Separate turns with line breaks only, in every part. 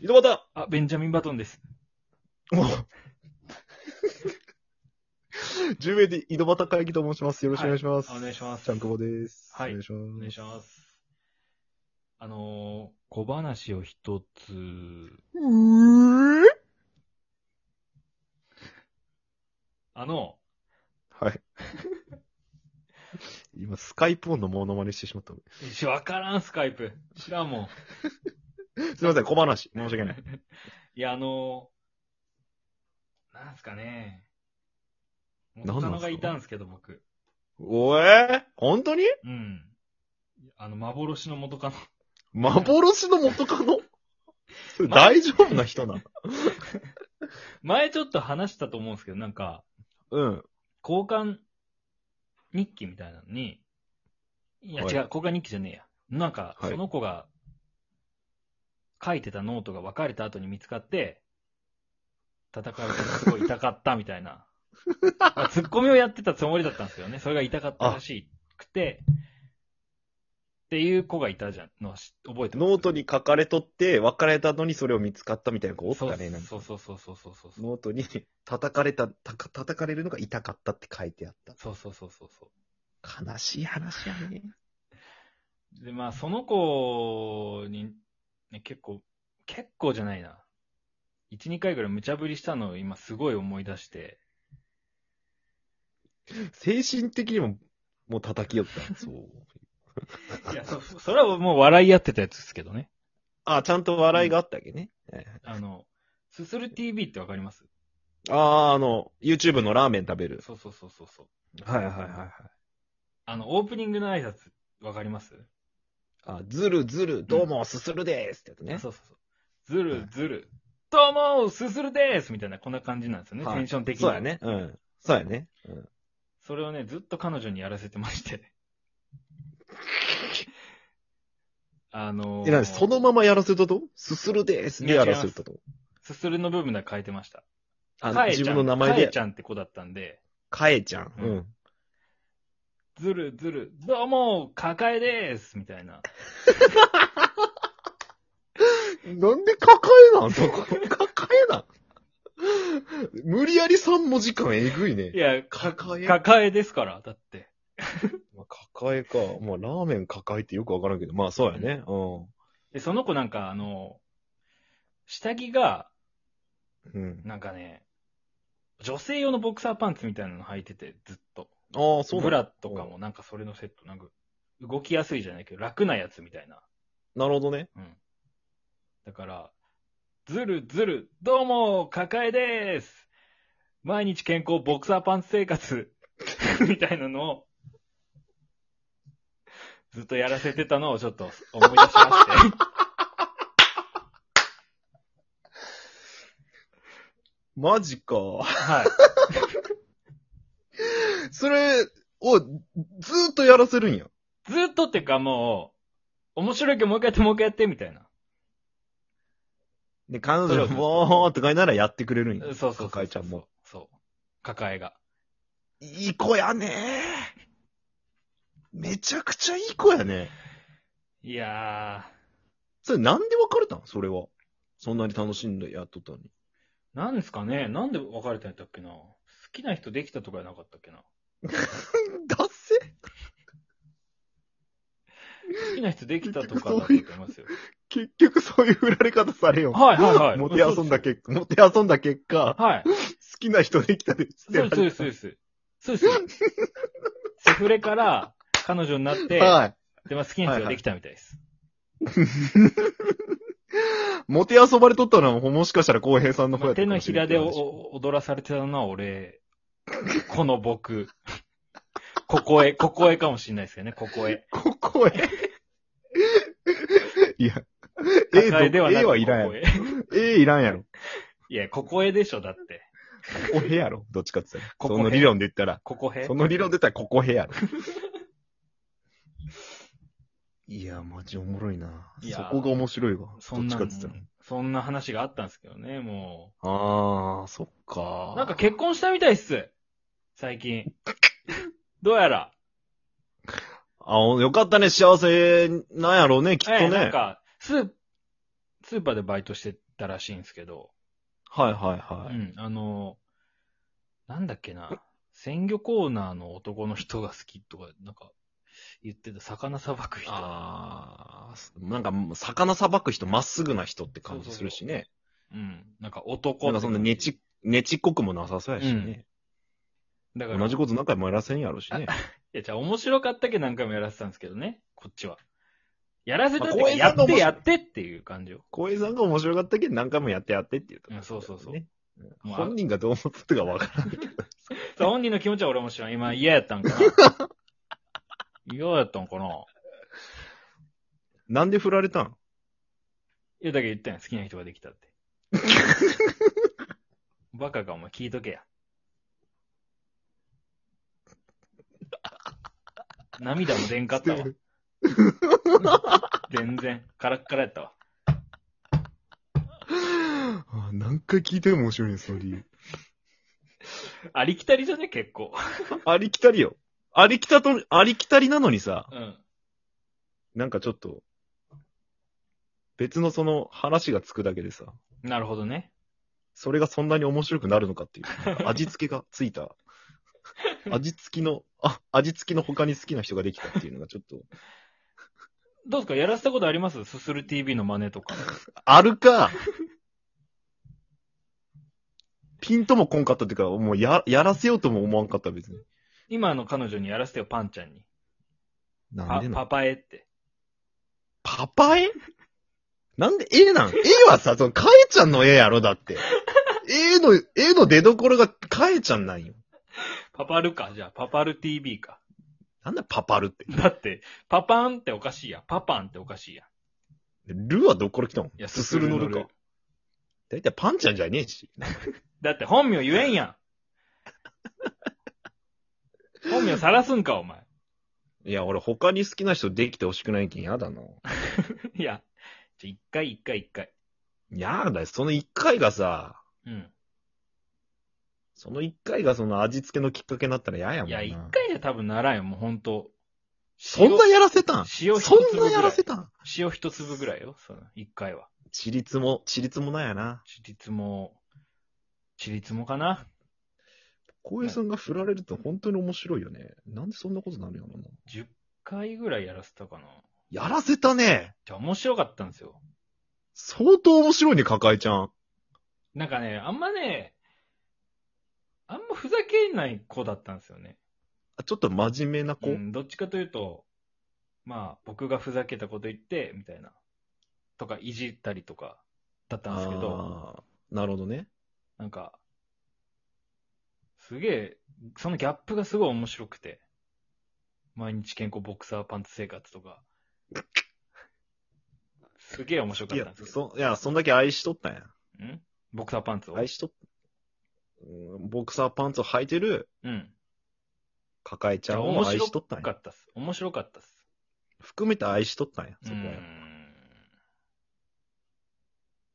井戸 端
あ、ベンジャミン・バトンです。
もう。10名で井戸端会議と申します。よろしくお願いします。
はいあお願いします
ちゃんくぼです。
はい
お願いします。
お願いします。あのー、小話を一つ。
うー
あの、
はい。 今、スカイプ音のモノマネしてしまった。
えしわからん、スカイプ。知らんもん。
すいません、小話。申し訳ない。
いや、あのー、なんすかね。
なんなんす
元
か
カノがいたんですけど、僕。
おえ本当に
うん。あの、幻の元カノ。
幻の元 カノそれ大丈夫な人なの
前ちょっと話したと思うんですけど、なんか、
うん。
交換日記みたいなのに、いや違
はい、
う交換日記じゃねえや。なんか、
はい
その子が書いてたノートが別れた後に見つかって、戦うのがすごい痛かったみた いな。まあツッコミをやってたつもりだったんですよね。それが痛かったらしくて、っていう子がいたじゃんのし覚えてます
ノートに書かれとって、別れたのにそれを見つかったみたいな子おった
そう
ね。なんか
そうそうそうそうそうそう。
ノートに 叩かれた、たか叩かれるのが痛かったって書いてあった。
そうそうそうそうそう。
悲しい話やね。
で、まあ、その子に、ね、結構、結構じゃないな。一、二回ぐらい無茶ぶりしたのを今すごい思い出して。
精神的にも、もう叩きよった。そう。
いや、そ、それはもう笑い合ってたやつですけどね。
あ、ちゃんと笑いがあったわけね。はいはい
あの、すする TV ってわかります
あー、あの、YouTube のラーメン食べる。
そうそうそうそうそう。
はいはいはいはい。
あの、オープニングの挨拶わかります
あ、ずるずる、どうも、すするですってやつね。
そうそうそう。ず
は
る
い
ずる。どうもすするですみたいな、こんな感じなんですよね。
はい
テンション的に。
そうや。ね。うん。そうやね。うん。
それをね、ずっと彼女にやらせて まして。あのー
え、なに、そのままやらせたとすするですでやらせたと
すするの部分では変えてました。
あ
か
の、
えちゃ
自
ん
分の名前
かえ
で
ち、ゃんって子だったんで、
かえちゃん。
う
うん。
ずるずる、どうも、かかえですみたいな。
なんで抱えなんそこ。抱えなん無理やり3文字間えぐい
い
ね。
や、か
抱え
かかえですから、だって。
まあ抱えか。まあ、ラーメン抱えってよくわからんけど、まあ、そうやね。う
で、その子なんか、あの、下着が、
ん。うん。
なんかね、女性用のボクサーパンツみたいなの履いてて、ずっと。
ああ、そう
ブ
だ。
ラとかもなんかそれのセット、なんか、動きやすいじゃないけど、楽なやつみたいな。
なるほどね。
うん。だから、ずるずる、どうも、かかえです毎日健康ボクサーパンツ生活 みたいなのを、ずっとやらせてたのをちょっと思い出しまして。
マジか。
はい。
それをずーっとやらせるんや。
ずっとっていうかもう、面白いけどもう一回やってもう一回やってみたいな。
で、彼
そ
女
うそう
もうとかいならやってくれるんや。
そうそうそう。
抱えちゃんも。。
そう。かかえが。
いい子やねめちゃくちゃいい子やね。
いや
それなんで別れたんそれは。そんなに楽しんでやっとったのに。
ー、なんですかねなんで別れたんやったっけな好きな人できたとかじゃなかったっけな
だっせ
好きな人できたとかだったと思い ますよ。
結局そういう振られ方されよ。
はいはいはい。
モテ遊んだ結果、モテ遊んだ結果、好
はい。
きな人できたで捨て
そ
ら
う
れた
です、そうです、そう です。そうです。セフレから彼女になって、
はい。
で、まあ好きな人ができたみたいです。
モテ遊ばれとったのはもしかしたら浩平さんの方
ま
や
あ
った
手
か
の
もし
ひ
れ
ら
ん
で
けど
おお踊らされてたのは俺、この僕。ここへ、ここへかもしれないですよね、ここへ。
ここへ。い や、
抱え
A
で
と
はな
A
く
はいらんや
ここ
ろ。
へ
A いらんやろ。
いや、ここへでしょ、だって。
お部やろ。どっちかって言ったら。
ここへ
その理論で言ったら。
ここへ。
その理論で言ったらここへやろ。いや、マジおもろいない
や
そこが面白いわ。
そんな
どっちかって言ったら。
そんな話があったんですけどね、も
あー、そっ
う。
か。
なんか結婚したみたいっす。最近。どうやら。
あ、よかったね、幸せなんやろうね、きっと
ええなん
ね。
か、スー、スーパーでバイトしてったらしいんですけど、
はいはいは
うん、あの、なんだっけな、鮮魚コーナーの男の人が好きとか、なんか、言ってた、魚さばく人。
ああ、なんか、魚さばく人、まっすぐな人って感じするしね。
うん、なんか男
なんかそんなねち、ねちっこくもなさそうやしね。
だから、
同じこと何回もやらせんやろしね。
いや、じゃあ面白かったけ何回もやらせたんですけどね、こっちは。やらせたって
まあ
か、
公演
や
さんが
って
面白い
やってっていう感じを。
浩平さんが面白かったけど何回もやってやってって言うと、
うんそうそうそう
ね
もうあ
本人がどう思ってるかわからないけど。
さ本人の気持ちは俺も知らん。今嫌やった んかな。嫌やったんかな。
なんで振られたん
いや、だけど言ったんや。好きな人ができ たって。バカか、お前聞いとけや。涙も出んかっ たわ。全然。カラッカラやったわ。
あ何回聞いても面白いね、その理由。
ありきたりじゃね結構。
ありきたりよ。ありきたと、ありきたりなのにさ、
うん。
なんかちょっと、別のその話がつくだけでさ、
なるほどね。
それがそんなに面白くなるのかっていう。なんか味付けがついた。味付きの、あ、味付きの他に好きな人ができたっていうのがちょっと、
どうですかやらせたことありますすする TV の真似とか。
あるかピンともこんかったっていうか、もうや、やらせようとも思わんかった別に。
今の彼女にやらせてよ、パンちゃんに。
なん
パ
でな
パパエって。
パパ絵なんで絵なん絵はさ、その、かえちゃんの絵やろだって。絵の、絵の出所がかえちゃんなんよ。
パパルか。じゃあ、パパル TV か。
なんだパパルって。
だって、パパンっておかしいやん。パパンっておかしいやん。
ルはどこから来たの
いや
すするのルか。だいたいパンちゃんじゃねえし。
だって本名言えん やん。本名さらすんか、お前。
いや、俺他に好きな人できてほしくないけんやだな。
いや、じゃ、一回一回一回。
やだよ、その一回がさ、
うん。
その一回がその味付けのきっかけになったら嫌やもん
い
な。
や、一回じゃ多分ならんよ、もうほんと。
そんなやらせたん
塩一
そ
粒
ん
ぐら
ないやらせたん
塩一粒ぐらいよ、その、一回は。
ちりつも、ちりつもなんやな。
ちりつも、ちりつもかな。
浩平さんが振られると本当に面白いよね。なんでそんなことなるやろな。
10回ぐらいやらせたかな。
やらせたね。
じゃ、面白かったんですよ。
相当面白いね、かかえちゃん。
なんかね、あんまね、あんまふざけない子だったんですよね。
あちょっと真面目な子。
うん、どっちかというと、まあ、僕がふざけたこと言って、みたいな。とか、いじったりとか、だったんですけど、
あーなるほどね。
なんか、すげえ、そのギャップがすごい面白くて。毎日健康ボクサーパンツ生活とか。すげえ面白か
い
った
や
んです、けど。
そ、いや、そんだけ愛しとったんや。
んボクサーパンツを。
愛しとっ、うん、ボクサーパンツを履いてる、
うん。
かかえちゃん
いや面
を愛
白
しとったん
か
や。
ったっす。面白かったっす。
含めて愛しとったんや、そこ
うー
は。
ん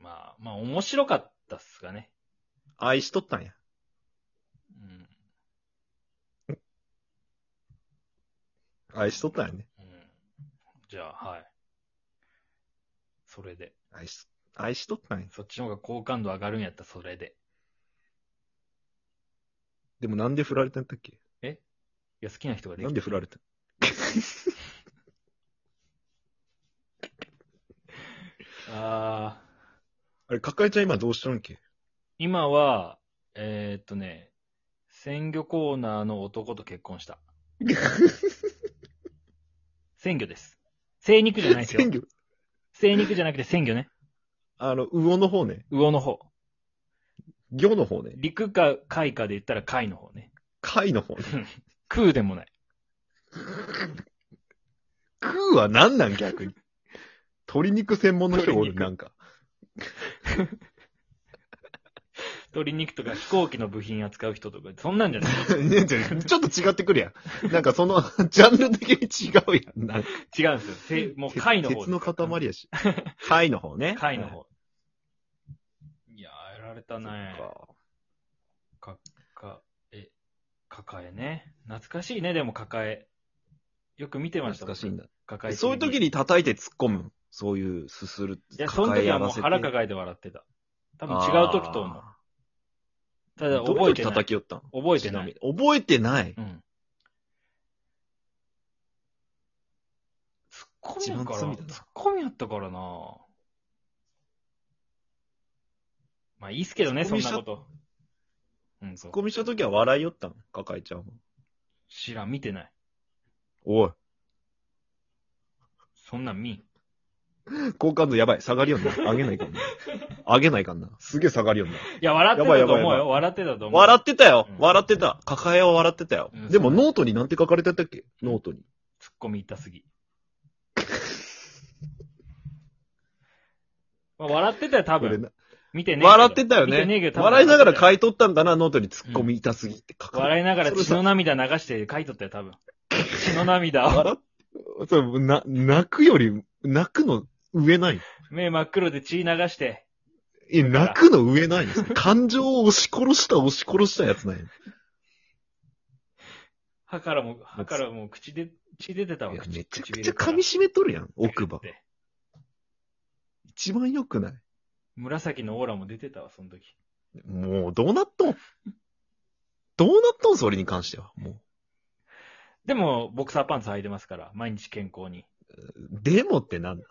まあ、まあ、面白かったっすがね。
愛しとったんや。
うん。
愛しとったんやね。
うん。じゃあ、はい。それで。
愛し、愛しとったんや。
そっちの方が好感度上がるんやったらそれで。
でもなんで振られたんだっけ
いや、好きな人がで
な
き
ん
た。
で振られた
ああ。
あれ、かかえちゃん今どうしとるんけ
今は、えーっとね、鮮魚コーナーの男と結 婚した。鮮魚です。精肉じゃないですよ
鮮。魚。
精肉じゃなくて鮮魚ね。
あの、魚の方ね。
魚の方。
魚の方ね。
陸か海かで言ったら海の方ね。
貝の方ね。
食うでもない。
食うは何なん逆に。鶏肉専門の人がおる、な
鶏肉
んか。
鶏肉とか飛行機の部品扱う人とか、そんなんじゃない。
ねちょちょっと違ってくるやん。なんかその、ジャンル的に違うやん。なんか
違うんですよ。せもう貝の方です
鉄の塊やし。 貝の方ね。
貝の方。いや、やられた
そっ
ね。
か
か、か、え、抱えね。懐かしいね、でも抱え。よく見てました。
懐かしいんだ。
抱え。
そういう時
に。
に叩いて突っ込む。そういうすする。
いや、その時はも
抱えやら
う
せて
腹抱えて笑ってた。多分違う時と思う。
あ
た
ー
だ覚え
どういう時
てない。
叩き寄ったん
覚えて
ち
な
ないみ。に。覚えてない。
うん。ツッコミ
自
や
分
か
の
ら、
罪だな
ツッコミやったからなまあいいっすけどね、
ツッコミ
そん
し
な
た
こと。うん、
ツ
そ
ッ
う。
コミした時は笑いよったん抱えちゃんは。
知らん、見てない。
おい。
そんなん見ん。
好感度やばい。下がりよ んな。上げないかんな。上げないかんな。すげえ下がりよんな。
いや、笑ってた
や
と
ばいや
思う
ばいや
よ。笑ってたと思う。
笑ってたよ
うん。
笑ってた。抱えは笑ってたよ
うん。
でもノートになんて書かれてたっけノートに。
ツッコミ痛すぎ。 まあ、笑ってたよ、多
これ
分。
な
見てねえけど。
笑ってたよ
見てねえけ
ね。
ど多分
笑いながら書いとったんだな、ノートに突っ込み痛すぎって書かれ
笑いながら血の涙流して書いとったよ、多 分。血の涙を。
笑って、そうな、泣くより、泣くの上ない。
目真っ黒で血流して。
え、泣くの上ないん ですね。感情を押し殺した、押し殺したやつなんや。
歯からも、歯からも口で、血出てたわ。
いや
口
めちゃくちゃ
唇から
噛み締めとるやん、奥歯
っ。て
一番良くない
紫のオーラも出てたわ、その時。
もう、どうなっとんどうなっとんそれに関しては。も
でも、ボクサーパンツ履いてますから、毎日健康に。
う、デモってなんだ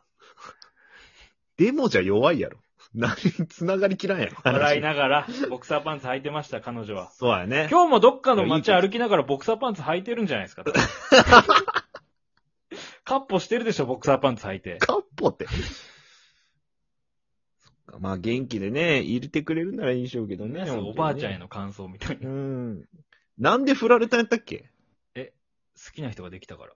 デモじゃ弱いやろ。何、つながりきらんやろ。
笑いながら、ボクサーパンツ履いてました、彼女は。
そうやね。
今日もどっかの街歩きながらボクサーパンツ履いてるんじゃないですか。多分カッポしてるでしょ、ボクサーパンツ履いて。
カッポって。そっかまあ元気でね、入れてくれるならいいんでしょうけどね。
そうおばあちゃんへの感想みたいうな。好
ん。なんで振られたんやったっけ
きな人ができたから。